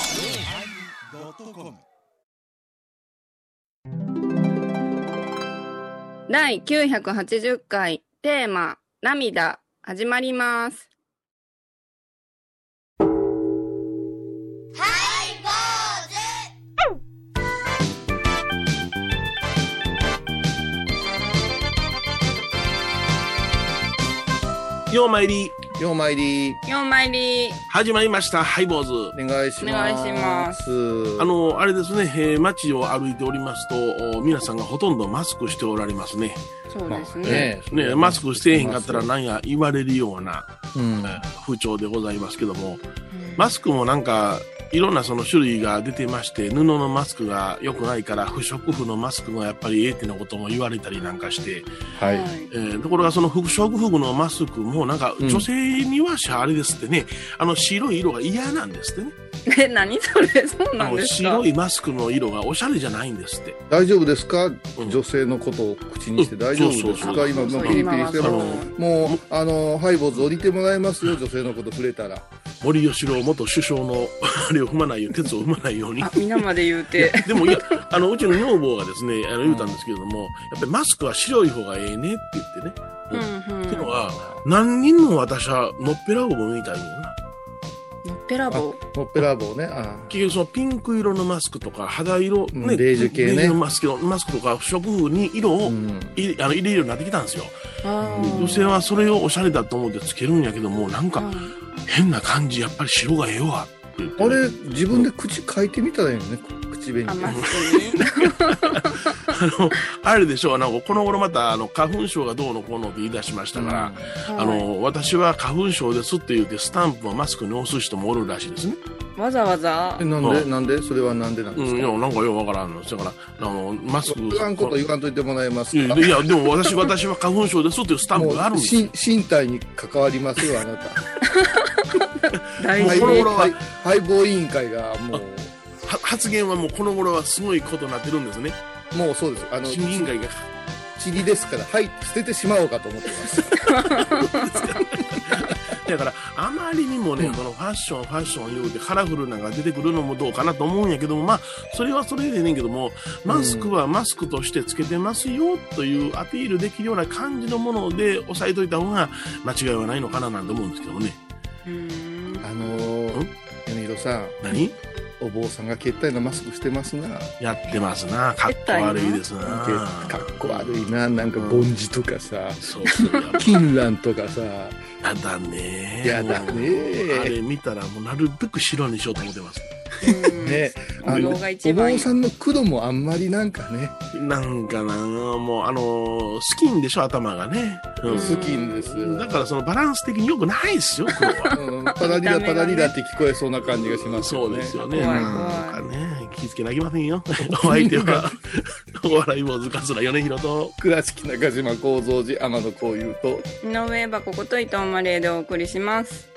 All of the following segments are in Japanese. yosmir 第980回テーマ「涙」始まります。ようまいりようまいり4枚入り始まりましたハイボーズお願いしますお願いしますあのあれですね、えー街を歩いておりますとお皆さんがほとんどマスクしておられますねそうまあですね。ねマスクしてへんかったらなんや言われるようなうん風潮でございますけどもマスクもなんかいろんなその種類が出てまして布のマスクが良くないから不織布のマスクがやっぱりええってなことも言われたりなんかして、はいはい えーところがその不織布のマスクもなんかうん女性にはしゃあれですってね、あの白い色が嫌なんですってねえ、何それそうあなんのですか白いマスクの色がおしゃれじゃないんですって。大丈夫ですかうん女性のことを口にして大丈夫ですそうかそう今そもううピリピリ今はしてそもうもうあのハイボーズ降りてもらいますよ女性のこと触れたら森喜朗元首相のあれを踏まないように鉄を踏まないようにあ、皆まで言うて。でもいやあのうちの女房 がですねあの言うたんですけれども、やっぱりマスクは白い方がええねって言ってね、うんうっていうのん。は何人も私はのっぺらぼうみたいになペラボ。のっぺらぼうねあ結局そのピンク色のマスクとか肌色、うんベージュ系ねベージュのマスクのマスクとか不織布に色ーを、うんいあの入れるようになってきたんですよあー女性はそれをおしゃれだと思ってつけるんやけどもなんかう変な感じやっぱり白がええわって言ってあれ自分で口書いてみたらいいのね口紅んあ、マスクに。あの、 あれでしょう、なんかこの頃またあの花粉症がどうのこうのって言い出しましたから、あはいの、私は花粉症ですって言って、スタンプをマスクに押す人もおるらしいですね。わざわざえ。なんでなんでそれはなんでなんうでん、すいかや、なんかようわからんの。だから、あの、マスク。言わんこと言わんといてもらえますいやかいや、でも私、私は花粉症ですっていうスタンプがあるんもうですよ。し身体に関わりますよあなた大事もうこのハイボー頃ははいハイボー委員会がもうは発言はもうこの頃はすごいことになってるんですね。もうそうですあの審議委員会が。チリですから、はい、捨ててしまおうかと思ってま す。だから、あまりにもね、このファッション、ファッション言うてカラフルなのが出てくるのもどうかなと思うんやけども、まあ、それはそれでねんけども、マスクはマスクとしてつけてますよというアピールできるような感じのもので押さえといた方が間違いはないのかななんて思うんですけどね。うーんあのんー、米広さん、何お坊さんがけったいなマスクしてますな。やってますな。かっこ悪いですな。かっこ悪いな、なんか凡字とかさ、そうそう。や金蘭とか さ、やだね。やだねもうあれ見たらもうなるべく白にしようと思ってます。うんね、あ運の、動が一お番いい坊さんの黒もあんまりなんかね、なんかな、もうあの、スキンでしょ、頭がね。うん好きんですよ。。だからそのバランス的に良くないですよ、黒はうんパラリラパラリラって聞こえそうな感じがしますそようね。ですよね。怖い怖いなんかね、気付けなきませんよ。お相手は、 お笑い坊主桂米広と、倉敷中島幸三寺天野幸雄と、井上はここと伊藤マレーでお送りします。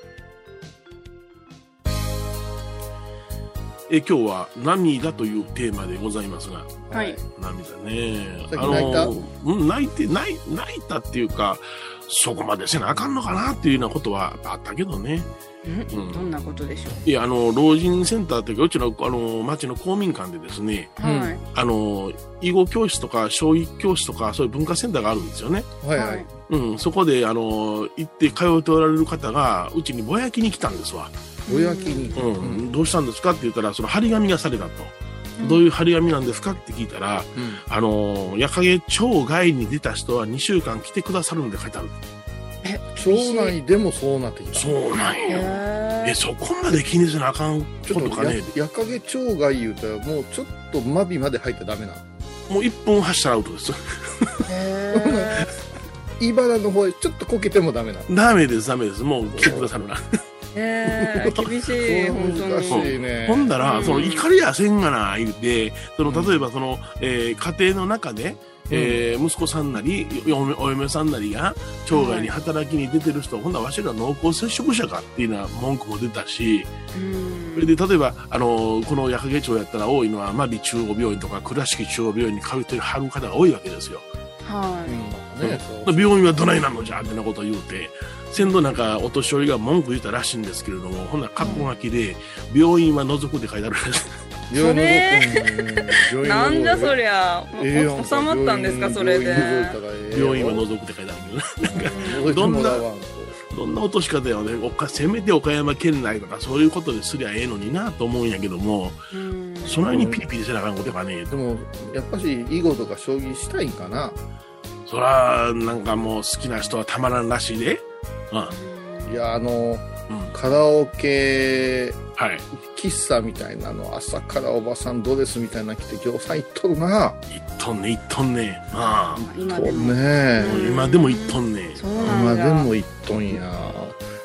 え今日は涙というテーマでございますが、はい涙ね。さっき泣いたうん、泣いて、泣い泣いたっていうか、そこまでせなあかんのかなっていうようなことはあったけどね。んうんどんなことでしょいや、あの、老人センターというか、うちの、あの、町の公民館でですね、う。うんはい。あの、囲碁教室とか、将棋教室とか、そういう文化センターがあるんですよね。はいはい。うん、そこで、あの、行って通っておられる方が、うちにぼやきに来たんですわ。おやきに。うん、うんどうしたんですかって言ったら、その張り紙がされたと。どういう張り紙なんですかって聞いたら、うんあの、矢影町外に出た人は2週間来てくださるんで書いてある。町内でもそうなってきた。そうなんへよ。ーえ、そこまで気にせなあかんちこょとっとかやね。矢影町外言うたらもうちょっと間引まで入ったらダメなのもう1分走ったらアウトです。へ茨の方へちょっとこけてもダメなのダメです、ダメです。もう来てくださるな。ー へー厳しい、本当難に。しいねほんだら、うんその怒りやせんがな、言うて、その、例えばその、えー家庭の中で、えー息子さんなり、よお嫁お嫁さんなりが、町外に働きに出てる人、ほんならわしら濃厚接触者かっていうような文句も出たし、うんそれで、例えば、あのーこの矢掛町やったら多いのは、真備中央病院とか倉敷中央病院に通ってはる方が多いわけですよ。はうんね。そう病院はどないなんのじゃみたいなことを言うて、先度なんかお年寄りが文句言ったらしいんですけれども、ほんなら格好書きで、病院は覗くって書いてあるらしい。病院のなんじゃそれ。りゃ。ええやんお収まったんですか、それで。病院は覗くって書いてあるけどね。うんどんな覗いてもらわとどんな落とし方よね。おかせめて岡山県内とかそういうことですりゃええのになと思うんやけども、うんそのようにピリピリせなあかんことがね、でも、やっぱし、囲碁とか将棋したいんかな。そら、なんかもう好きな人はたまらんらしいで。うん。うん。いや、あの、カラオケはい。喫茶みたいなの、朝からおばさんドレスみたいなの着て、行さん行っとるな。一トンね、一トンね。あ今こでれも。あ。ねもう今でも一トンね。そうな今んでだ。も行っとんや。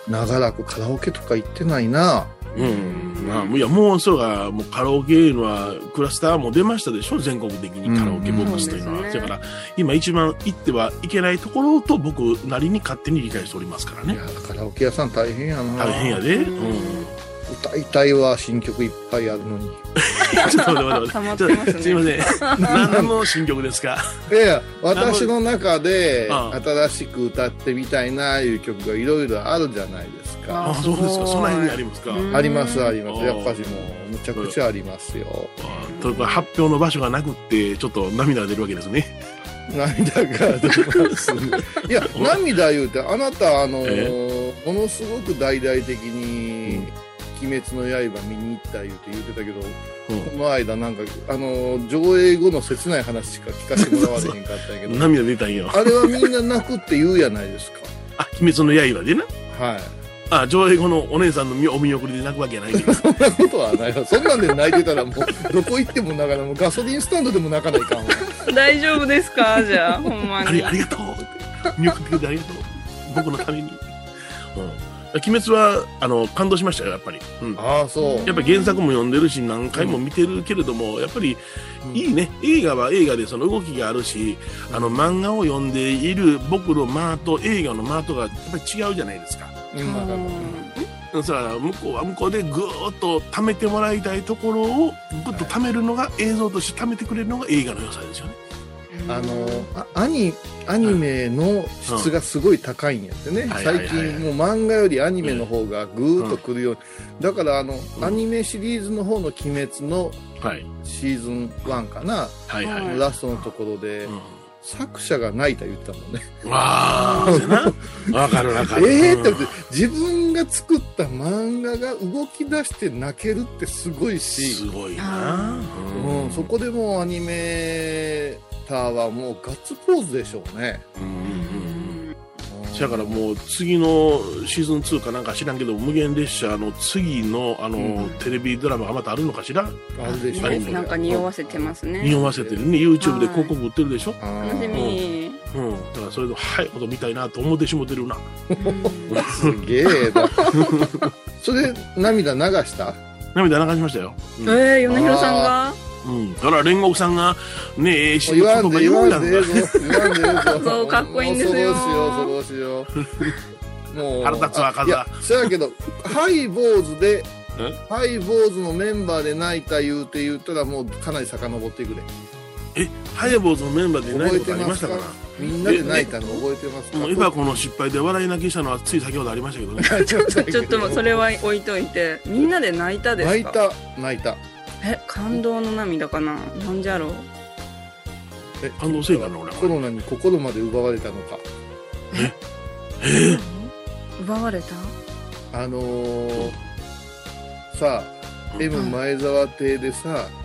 長らくカラオケとか行ってないな。うん。まあ、いや、もう、そうが、もうカラオケいうのは、クラスターも出ましたでしょ全国的にカラオケボックスというのは。うんうんだから、今一番行ってはいけないところと僕なりに勝手に理解しておりますからいね。や、カラオケ屋さん大変やな。大変やで。ううんん。歌いたいわ、新曲いっぱいあるのに。 ちょっと待って溜まっ待ってますて待ねって。ちょっとすいません。何の新曲ですかいやいや、私の中で、ああ新しく歌ってみたいな、いう曲がいろいろあるじゃないですか。あ、あそうですすごか。いその辺にありますか。うんあります、あります。ああやっぱしもう、むちゃくちゃありますよ。あというか発表の場所がなくってちょっと涙が出るわけですね。涙が出ますね。いや、涙言うて、あなた、あのえ、ものすごく大々的にう、鬼滅の刃見に行った言うて言ってたけど、うんこの間なんか、あの、上映後の切ない話しか聞かせてもらわれへんかったんやけど、涙出たんよ。あれはみんな泣くって言うやないですか。あ、鬼滅の刃でな。はい。あ、上映後のお姉さんのみお見送りで泣くわけやないけど。そんなことはないわ。そんなんで泣いてたらもう、どこ行っても泣かない。もうガソリンスタンドでも泣かないかんわ。大丈夫ですかじゃあ、ほんまありにあ。りがとうって。見送ってくれてありがとう。僕のために。うん。鬼滅は、あの、感動しましたよ、やっぱり。うん。ああ、そう。やっぱり原作も読んでるし、何回も見てるけれども、やっぱりいいね、映画は映画でその動きがあるし、あの漫画を読んでいる僕の間と映画の間とがやっぱり違うじゃないですか。うんまあだかだらから向こうは向こうでぐーっと貯めてもらいたいところをぐっと貯めるのが映像として貯めてくれるのが映画の良さですよね。あのあアニアニメの質がすごい高いんやってね、はい最はいはいは近いもう漫画よりアニメの方がぐーっとくるように、だからあの、んアニメシリーズの方の「鬼滅」のはい。シーズン1かな、はいはい。ううんん。ラストのところで、作者が泣いた言ってたもんねわー、そうや な。わかるわかる。ええー、ってうん言って自分が作った漫画が動き出して泣けるってすごいすし、ごいな。うんそこでもうアニメーターはもうガッツポーズでしょうね。うんうんうんうんうんだからもう次のシーズン2かなんか知らんけど無限列車の次のあの、うんテレビドラマがまたあるのかしらあるでしょはいなんか匂わせてますね。匂わせてるね YouTube で広告売ってるでしょ、楽しみ。うん、だからそれで早いこと見たいなと思ってしもてるなすげえ なそれ涙流した涙流しましたよ、えうんー、米広さんがうん、だから煉獄さんがねえええ言わんとでか言わうんやんでええかぞ言わんでええぞそうかっこいいんですよ恐ろしいよ恐ろしいよもう腹立つわあいやそやけどハイボーズでハイボーズのメンバーで泣いた言うて言ったらもうかなり遡ってくれえハイボーズのメンバーでいない覚こえとてありまましすたかからみんなで泣いたの覚えてますかもうエファこの失敗で笑い泣きしたのはつい先ほどありましたけどねちょっとそれは置いといてみんなで泣いたですか泣いた泣いたえ感動の涙かななんじゃろうえ感動せえかな俺コロナに心まで奪われたのか奪われたあのー、さあ、うん M 前沢邸でさ、うん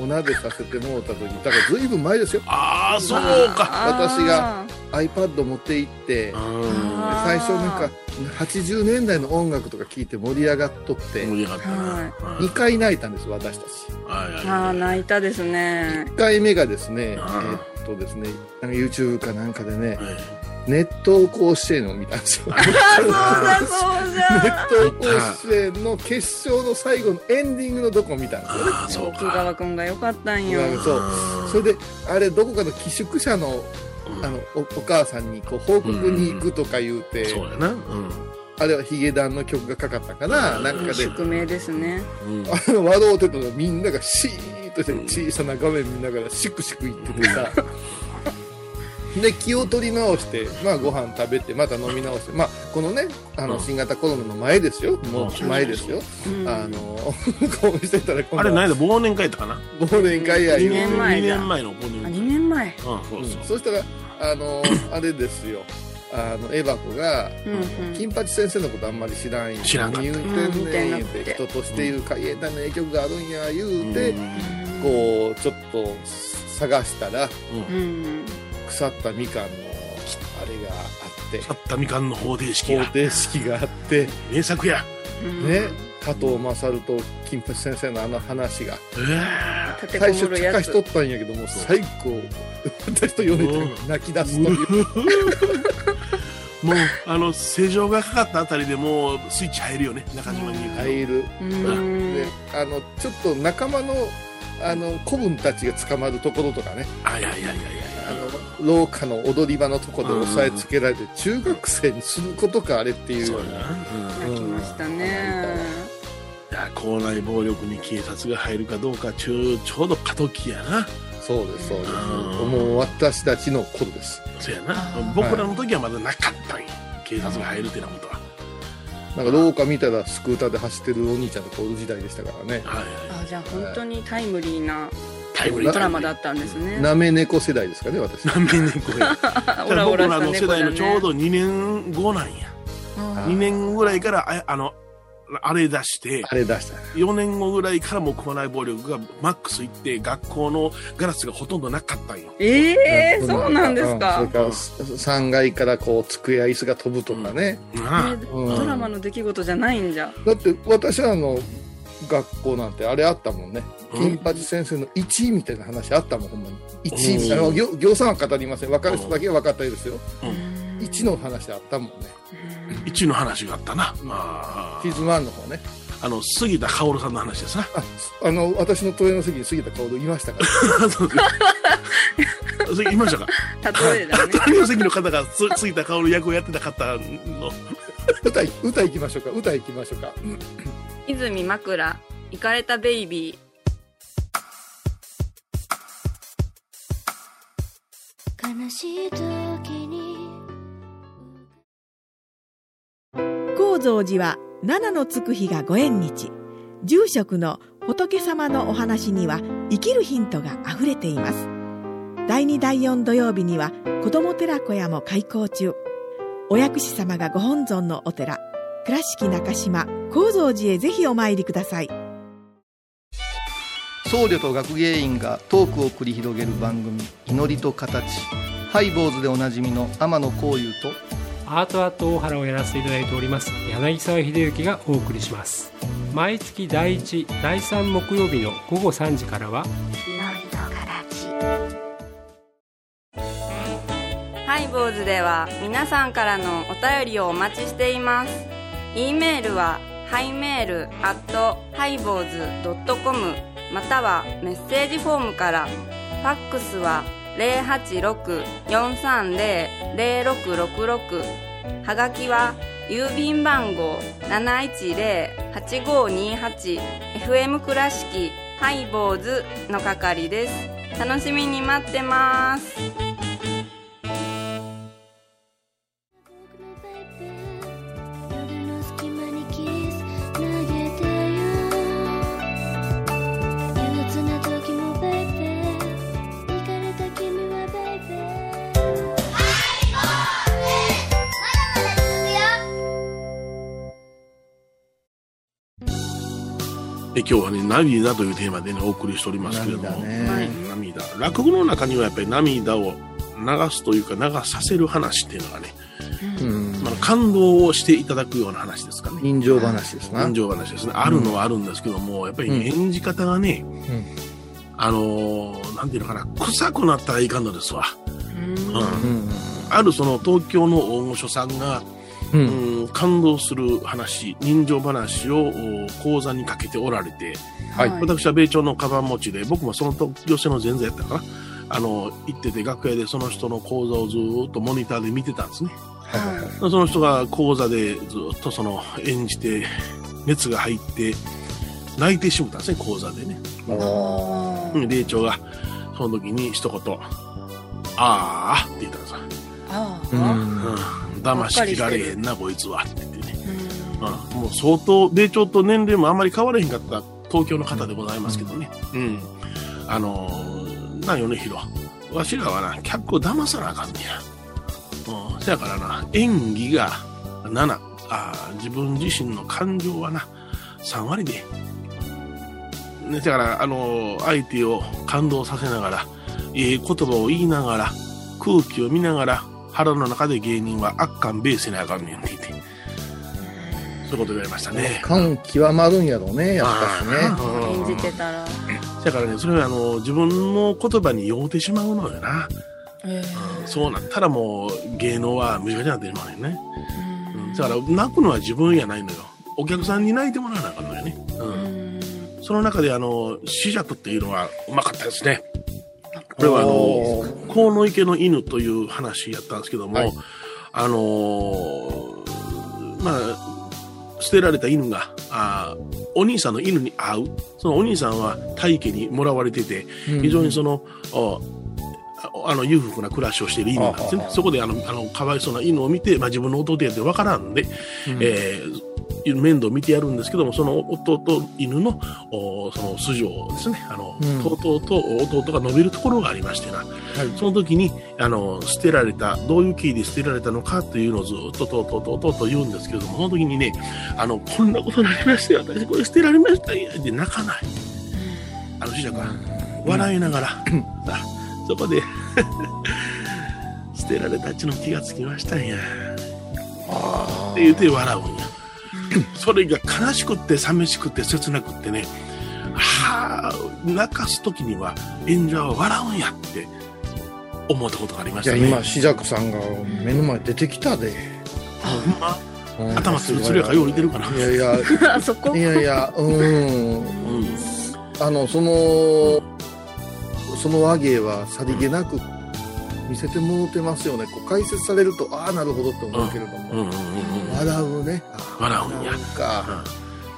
お鍋させてもうた時、だからずいぶん前ですよ。ああそうか私が iPad 持って行って、うんあー最初なんか80年代の音楽とか聞いて盛り上がっとって、盛り上がったな、はいはい2回泣いたんです、私たち。はいはいああ泣いたですね1回目がですね、えあーっとですね、なんか YouTube かなんかでね、はい熱湯甲子園を見たんですよ。 あそうだそうだ熱湯甲子園の決勝の最後のエンディングのどこを見たんですよね。ああそう奥か川くんが良かったんよそうそれであれどこかの寄宿舎のうんあのおお母さんにこう報告に行くとか言うて、そうやなうんあれはヒゲダンの曲がかかったかな、うんなんかで 宿命ですねうんあの笑うてたのみんながシーッとしてうん小さな画面見ながらシクシク言っててさ、 で気を取り直して、まあ、ご飯食べてまた飲み直して、まあ、このねあうのん新型コロナの前ですよ、もううん前ですよ、うんあの こうしてたらこあれ、何やった忘年会やったかな忘年会や二言う年前二じゃん年前の忘年あ会。 2年前。うん、そうそう。そしたら あのあれですよあのエバ子が、うんうん金八先生のことあんまり知らんよ知らんかった言うてんねん言ううんて人としていう海援隊の影響があるんや言うて、うんこうちょっと探したらうん腐ったみかんのあれがあって腐ったみかんの方程式方や。程式があって名作や。うんね加藤勝と金八先生のあの話がえ立て最こ初もる茶化やしとつっ。たんやけども最後私と読めて泣き出すというえもう、あの、正常がかかったあたりでもう、スイッチ入るよね、中島みゆきの。入るうんであのちょっと仲間のあの子分たちが捕まるところとかねあ、いやいやいやいあやいや。の廊下の踊り場のとこで押さえつけられて中学生にすることかあれっていうよそううやなな。うん泣きましたね。いや校内暴力に警察が入るかどうかちょうちょうど過渡期やなそうですそうですうんもう私たちの頃ですそうやなあー僕らの時はまだなかったんや警察が入るってなことは、なんか廊下見たらスクーターで走ってるお兄ちゃんとかおる時代でしたからねはいはいあじゃあ本当にタイムリーなタイムリードラマだったんですね。なめ猫世代ですか ね私何年ねこれあオだからラオ僕ラらした猫の世だ代ね。のちょうど2年後なんやうん2年ぐらいからああのあれ出してあれ出した4年後ぐらいからもう校内暴力がマックス行って学校のガラスがほとんどなかったんよええそうなんですうかん。それから3階からこう机や椅子が飛ぶとかね、なあねうんドラマの出来事じゃないんじゃ。だって私らの学校なんてあれあったもんねうん金八先生の1位みたいな話あったもんほんまに1位みたいなうん行行さんは語りません分かる人だけは分かったようですようん1の話あったもんね一の話があったな、まあシー、ズン1の方ねあの杉田薫さんの話ですなあすあの私のトイレの席に過ぎた顔でい ましたからそうですそれ言いましたか例えだね。隣の席の方がつ杉田薫役をやってた方の歌い歌いきましょうか歌いきましょうか泉枕、イかれたベイビー。悲しい時に高蔵寺は七のつく日がご縁日住職の仏様のお話には生きるヒントがあふれています第2第4土曜日には子ども寺小屋も開校中お薬師様がご本尊のお寺倉敷中島・高蔵寺へぜひお参りください僧侶と学芸員がトークを繰り広げる番組「祈りと形」ハイボーズでおなじみの天野幸雄とアートアート大原をやらせていただいております柳沢秀幸がお送りします毎月第1第3木曜日の午後3時からは祈りと形ハイボーズでは皆さんからのお便りをお待ちしています。e メールはハイメールアットハイボーズドットコムまたはメッセージフォームから。ファックスは086-430-0666はがきは郵便番号 710-8528FM 倉敷ハイボーズの係です。楽しみに待ってます。僕のベイベー夜の隙間にキス投げてよ憂鬱な時もベイベー行かれた君はベイベーえ今日はね「涙」というテーマでねお送りしておりますけれども涙涙,、ね、はい落語の中にはやっぱり涙を流すというか流させる話っていうのがね、うんまあ、感動をしていただくような話ですかね人情話ですな感情話ですねあるのはあるんですけども、やっぱりね演じ方がね、あのーなんていうのかな臭くなったらいかんのですわ、うんうんうんあるその東京の大御所さんが、ううんん、感動する話人情話をお講座にかけておられて、はい私は米朝のカバン持ちで僕もその東京戦の前座やったかなあの行ってて楽屋でその人の講座をずーっとモニターで見てたんですねその人が講座でずーっとその演じて熱が入って泣いてしもたんですね講座でねおーうん、霊長がその時に一言「ああ」って言ったんですか、うん、騙しきられへんな、こいつは。って言ってね。うん、もう相当、で、ちょっと年齢もあんまり変わらへんかった東京の方でございますけどね。うん。あのー、な、米広。わしらはな、客を騙さなあかんねや。うん。せやからな、演技が7。あー自分自身の感情はな、3割で。ね、だから、あのー相手を感動させながら、ええ言葉を言いながら、空気を見ながら、腹の中で芸人は悪感ベースにあかんねんって言って。そういうことになりましたね。感極まるんやろうね、やっぱしね。うん演じてたら、だからね、それはあの自分の言葉に酔うてしまうのよな。えうんそうなったらもう芸能は無駄になってしまうよね。うんだから泣くのは自分やないのよ。お客さんに泣いてもらわなあかんのよね。うん。その中であの、死者っていうのはうまかったですね。これはあおの、河野池の犬という話やったんですけども、はいあのーまあ、捨てられた犬が、あーお兄さんの犬に会う。そのお兄さんは大家にもらわれてて、非常にその、おああの裕福な暮らしをしている犬なんですねあ、ああそこであのあのかわいそうな犬を見て、まあ、自分の弟やって分からんで、えー面倒を見てやるんですけども、その弟、犬のおその素性をですね、あのうん弟と弟が伸びるところがありましてな、その時にあの捨てられた、どういう経緯で捨てられたのかというのをずっととうとうとうとうと言うんですけれども、その時にね、あのこんなことになりましたよ、私、これ捨てられましたよって泣かない、あの主役は笑いながら、あそこで捨てられたっちの気がつきましたんや。って言うて笑うんや。 それが悲しくって寂しくって切なくってね、はあ、泣かす時には演者は笑うんやって思ったことがありましじゃたあね。今、しじゃくさんが目の前に出てきたで。ほんまうん頭するつるやからよう似てるかな。いやいや、あそこいやいや、うん。うんあの、その、その和芸はさりげなく見せてもろてますよね。こう解説されると、ああ、なるほどって思うけれどうんうんうも。んうん笑うね。笑うんやなんか、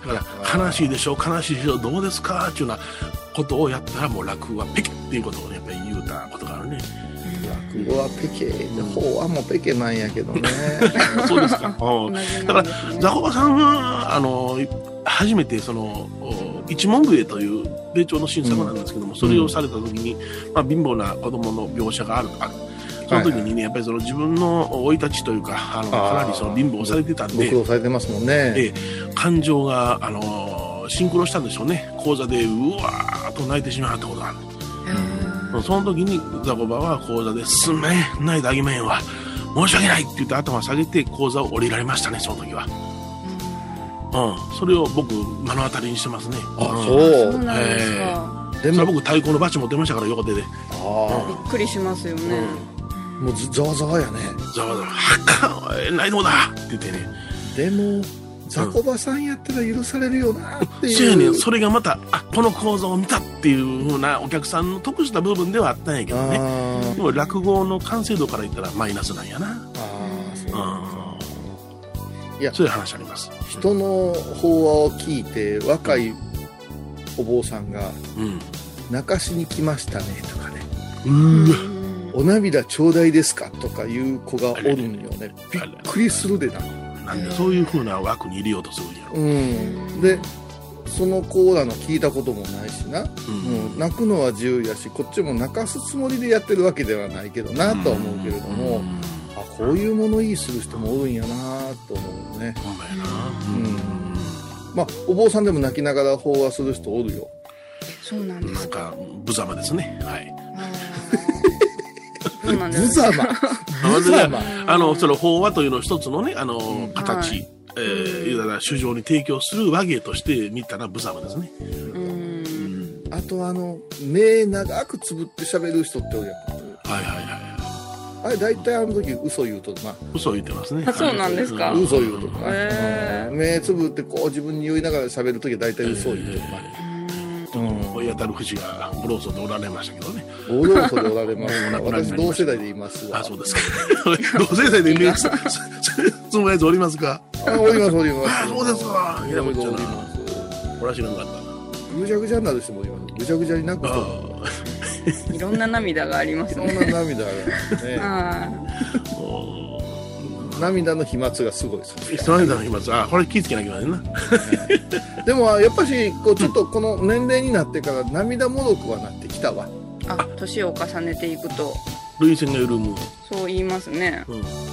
だから悲しいでしょう悲しいでしょうどうですかっていうようなことをやったらもう落語はペキっていうことをねやっぱり言うたことがあるね。落語はペケ、法はもうペケなんやけどね。そうですか。う同んじなだかんですら、ねザコバさんは、あの、初めて、その、お一文笛という米朝の新作なんですけども、それをされた時に、まあ、貧乏な子供の描写があるあるその時にね、やっぱりその自分の生い立ちというか、あの、あーかなりその貧乏をされてたんご苦で、労されてますもんえね。感情が、あの、シンクロしたんでしょうね。講座で、うわーっと泣いてしまうってことがある。その時にザコバは講座で、すんめん、泣いてあげめんわ。申し訳ないって言って頭下げて講座を降りられましたね、その時は。うん、それを僕、目の当たりにしてますね。あ、んそそうう。なんですか、でそれはも、僕、太鼓のバチ持ってましたから、横手で。あびっくりしますよね、あ、もうずざわざわやね。ざわざわ、はっか、おいないのだって言ってね。でも、ザコバさんやったら許されるよなってそうやねいんう。それがまた、あ、この講座を見たっていう風なお客さんの得した部分ではあったんやけどね。あーでも、落語の完成度から言ったらマイナスなんやな。あー、そううん。いやそういう話あります。人の法話を聞いて若いお坊さんがうん。 「泣かしに来ましたね」とかねうわ。 「お涙ちょうだいですか」とかいう子がおるんよねびっあれくりするでななんでそういう風な枠に入れようとするんやろ。うんでその子らの聞いたこともないしな、うん。もう泣くのは自由やしこっちも泣かすつもりでやってるわけではないけどなとは思うけれどうも、んあこういう物言いする人もおるんやなと思うねほんまやな。まあお坊さんでも泣きながら法話する人おるよそうなんうんでなすんかか、無様ですね。はい。そうなんで無す様無様あの、その、法話というのを一つのね、あの、形、はえー、言うたら、主上に提供する和芸として見たら、無様ですね。うん あとあの目長くつぶって喋る人っておるやはいはいは。んあれ大体あの時嘘言うとるない嘘を言ってますね。あそうなんですかはい嘘言うとるな、へーうん目つぶってこう自分に酔いながら喋る時は大体嘘を言うとるな、追い当たる節が、ブローソでおられましたけどね。大老祖でおられますがうん私同世代でいますわあ、そうですか。同世代でね、そそのやつおりますかあおりますおりますあそうですかいろいろおいりやこますおらしらんかったな。ぐちゃぐちゃになる人もいますぐちゃぐちゃになくてあいろんな涙がありますそんね な涙があるんですねはいあ。お涙の飛沫がすごいです。人の間の飛沫あこれ気ぃつけなきゃいけないなでもやっぱしこうちょっとこの年齢になってから涙もどくはなってきたわ。あ年を重ねていくと涙腺が緩むそう言いますね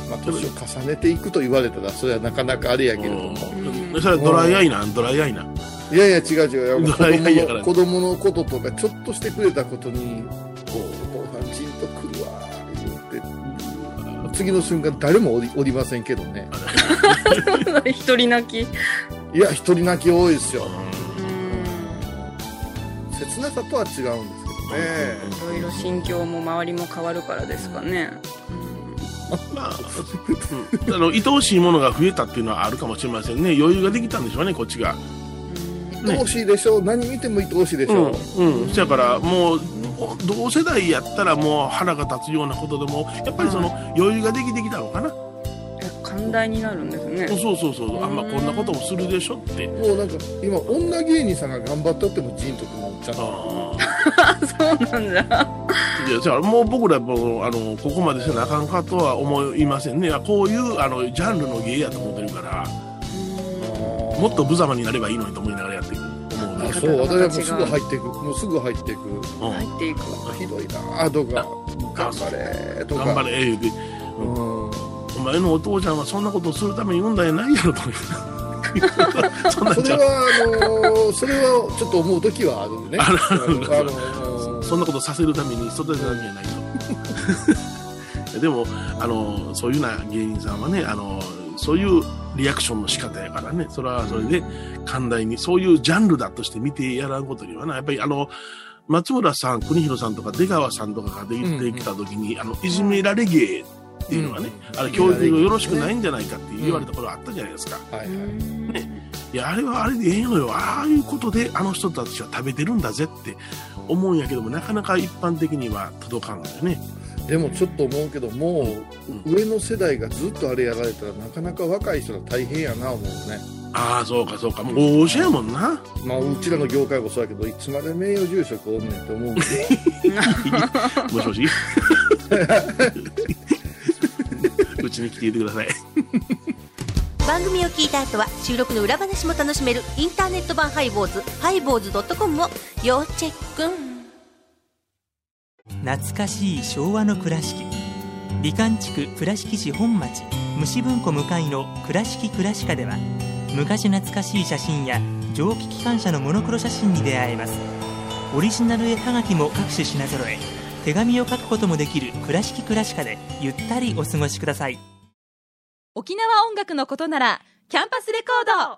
まあ、年を重ねていくと言われたらそれはなかなかあれやけれども。うんそれはドライアイなんドライアイなんいやいや違う違う。やっぱ いやいやい子供やの子供のこととかちょっとしてくれたことにこうお父さんじんとくるわー言って次の瞬間誰もおりおりませんけどね。 一人泣きいや一人泣き多いですよ。うん切なさとは違うんですけどね。いろいろ心境も周りも変わるからですかね まあ、うんあの愛おしいものが増えたっていうのはあるかもしれませんね余裕ができたんでしょうねこっちがうんね愛おしいでしょ、何見ても愛おしいでしうょ、んうんそやからもうお同世代やったらもう腹が立つようなことでもやっぱりその余裕ができてきたのかな、え寛大になるんですねそうそうそうあんまこんなこともするでしょってもうなんか今女芸人さんが頑張ったってもジンとくるのちゃんとあそうなんだあいやじゃあもう僕らもあのここまでせなあかんかとは思いませんねいやこういうあのジャンルの芸やと思ってるからもっと無様になればいいのにと思いながらやっていく思うねあんそう私はもう形すがぐ入っていくもうすぐ入っていくうん入っていくひどいなあとか頑張れーとか頑張れ言うてお前のお父ちゃんはそんなことをするために産んだんやないやろと思うそんなうんん、そちれゃうはあのーそれはちょっと思う時はあるねあるあのーそんなことさせるために育てたんじゃないとでもあのそういうような芸人さんはねあのそういうリアクションの仕方やからねそれはそれで寛大にそういうジャンルだとして見てやらんことにはなやっぱりあの松村さん国広さんとか出川さんとかが出てきた時に、あのいじめられ芸っていうのはね、あの教育がよろしくないんじゃないかって言われたことあったじゃないですか、はいはいいや、あれはあれでええのよ。ああいうことであの人たちは食べてるんだぜって思うんやけども、なかなか一般的には届かんのよね。でもちょっと思うけどもう上の世代がずっとあれやられたらなかなか若い人が大変やな思うねああ、そうかそうか。もう大しやもんな。まあうちらの業界もそうやけどいつまで名誉住職おんねんって思うけどもしもし。 うちに来ていてください。番組を聞いた後は収録の裏話も楽しめるインターネット版ハイボーズハイボーズドットコムを要チェック懐かしい昭和の倉敷美観地区倉敷市本町虫文庫向かいの「倉敷倉敷科」では昔懐かしい写真や蒸気機関車のモノクロ写真に出会えますオリジナル絵はがきも各種品揃え手紙を書くこともできる「倉敷倉敷科」でゆったりお過ごしください沖縄音楽のことならキャンパスレコー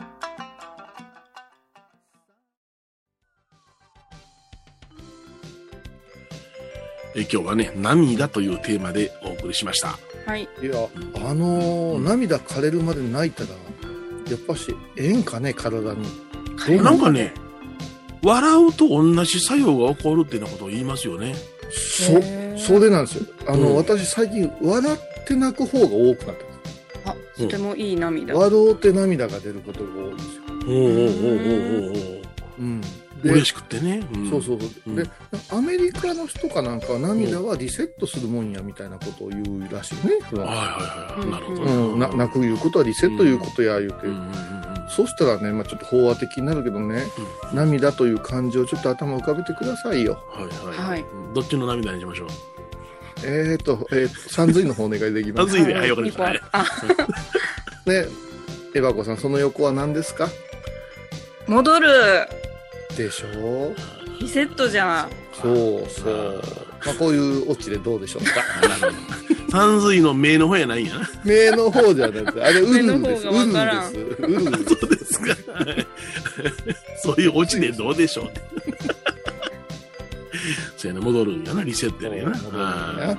え今日はね、涙というテーマでお送りしました。はい いや、あのー涙枯れるまで泣いたら、やっぱし、ええんかね、体に。どうなんかね、笑うと同じ作用が起こるっていうようなことを言いますよね。そ、それなんですよ。あの、うん私最近、笑って泣く方が多くなってます。あとてもいい涙笑うて涙が出ることが多いんですよ。おうおうおうおうおううん。おうで嬉しくってね。んそうそうそう、うんで、アメリカの人かなんかは涙はリセットするもんやみたいなことを言うらしいね。それはいははいはい。なるほどうね。ん、な泣くいうことはリセットいうことや言うて、うんうんうんうんそうしたらね、まあ、ちょっと飽和的になるけどね、涙という感情をちょっと頭浮かべてくださいよ。はいはい、はいどっちの涙にしましょう。えーと、えーと、三髄の方お願いできまます。ずいね。はい、わかりました。はいあね、エバコさん、その横は何ですか戻るでしょうリセットじゃんそうそう。まあ、こういうオチでどうでしょうか。あなるほど三髄の目の方やないんや な。目の方じゃなくて、あれ、うんです。目うの方んがでわす。うんです。そうですか。 そういうオチでどうでしょう。 そうやな、戻るんやな、リセットやねんやな。戻るんやなあー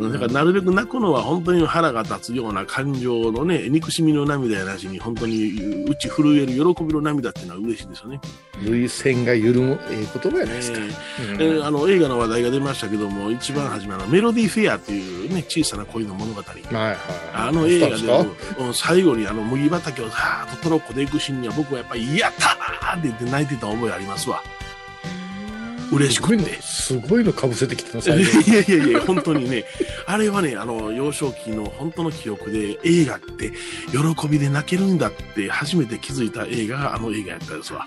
うんだからなるべく泣くのは本当に腹が立つような感情のね、憎しみの涙やなしに、本当に打ち震える喜びの涙っていうのは嬉しいですよね。涙腺が緩む、ええ言葉やないですか。えーあの映画の話題が出ましたけども、一番初めのメロディーフェアっていうね、小さな恋の物語。はいはい。あの映画でどうしも、うん最後にあの麦畑をさーっとトロッコで行くシーンには僕はやっぱり、やったーって言って泣いてた覚えありますわ。嬉しくて。すごいのかぶせてきたな、いや最 後。いやいや、本当にね、あれはね、あの、幼少期の本当の記憶で、映画って、喜びで泣けるんだって初めて気づいた映画があの映画やったですわ。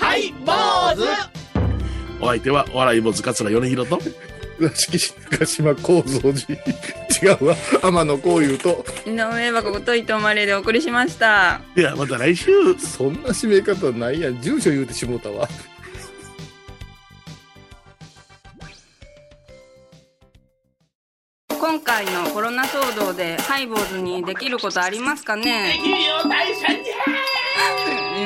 はい坊主お相手は、お笑い坊主桂米広と、倉敷市中島幸三寺。違うわ。天野幸雄と。井上はここと伊藤マレーでお送りしました。いや、また来週。そんな締め方ないやん。住所言うてしもうたわ。今回のコロナ騒動でハイボーズにできることありますかねきるよ大社じ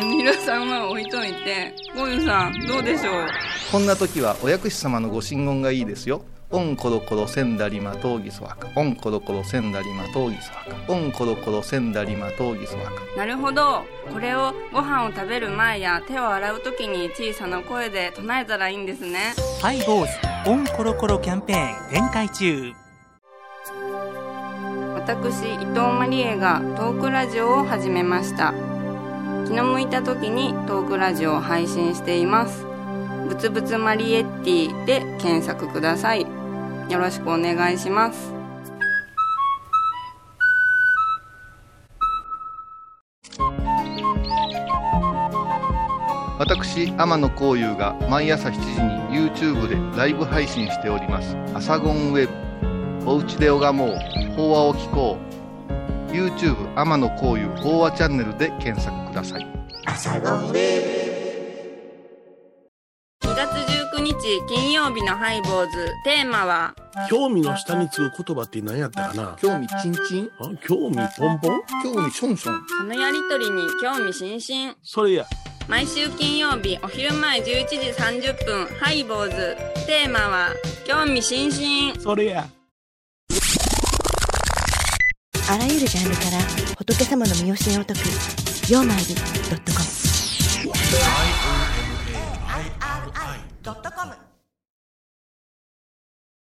皆さんは置いといて、ゴユさんどうでしょうこんな時はお薬師様のご神言がいいですよ。オンコロコロセンダリマトーギソワカ。オンコロコロセンダリマトーギソワカ。オンコロコロセンダリマトーギソワカ。なるほど。これをご飯を食べる前や手を洗う時に小さな声で唱えたらいいんですね。ハイボーズオンコロコロキャンペーン展開中私伊藤マリエがトークラジオを始めました気の向いた時にトークラジオを配信していますぶつぶつマリエッティで検索くださいよろしくお願いします私、天野幸雄が毎朝7時に YouTube でライブ配信しております。アサゴンウェブ。おうちで拝もう。法話を聞こう。YouTube 天野幸雄法話チャンネルで検索ください。 2月19日金曜日のハイボーズテーマは興味の下につく言葉って何やったかな興味チンチン興味ポンポン興味ションションこのやりとりに興味津々それや。毎週金曜日お昼前11時30分ハイボーズテーマは興味津々それやあらゆるジャンルから仏様の身教えを解く「曜マイルドットコム」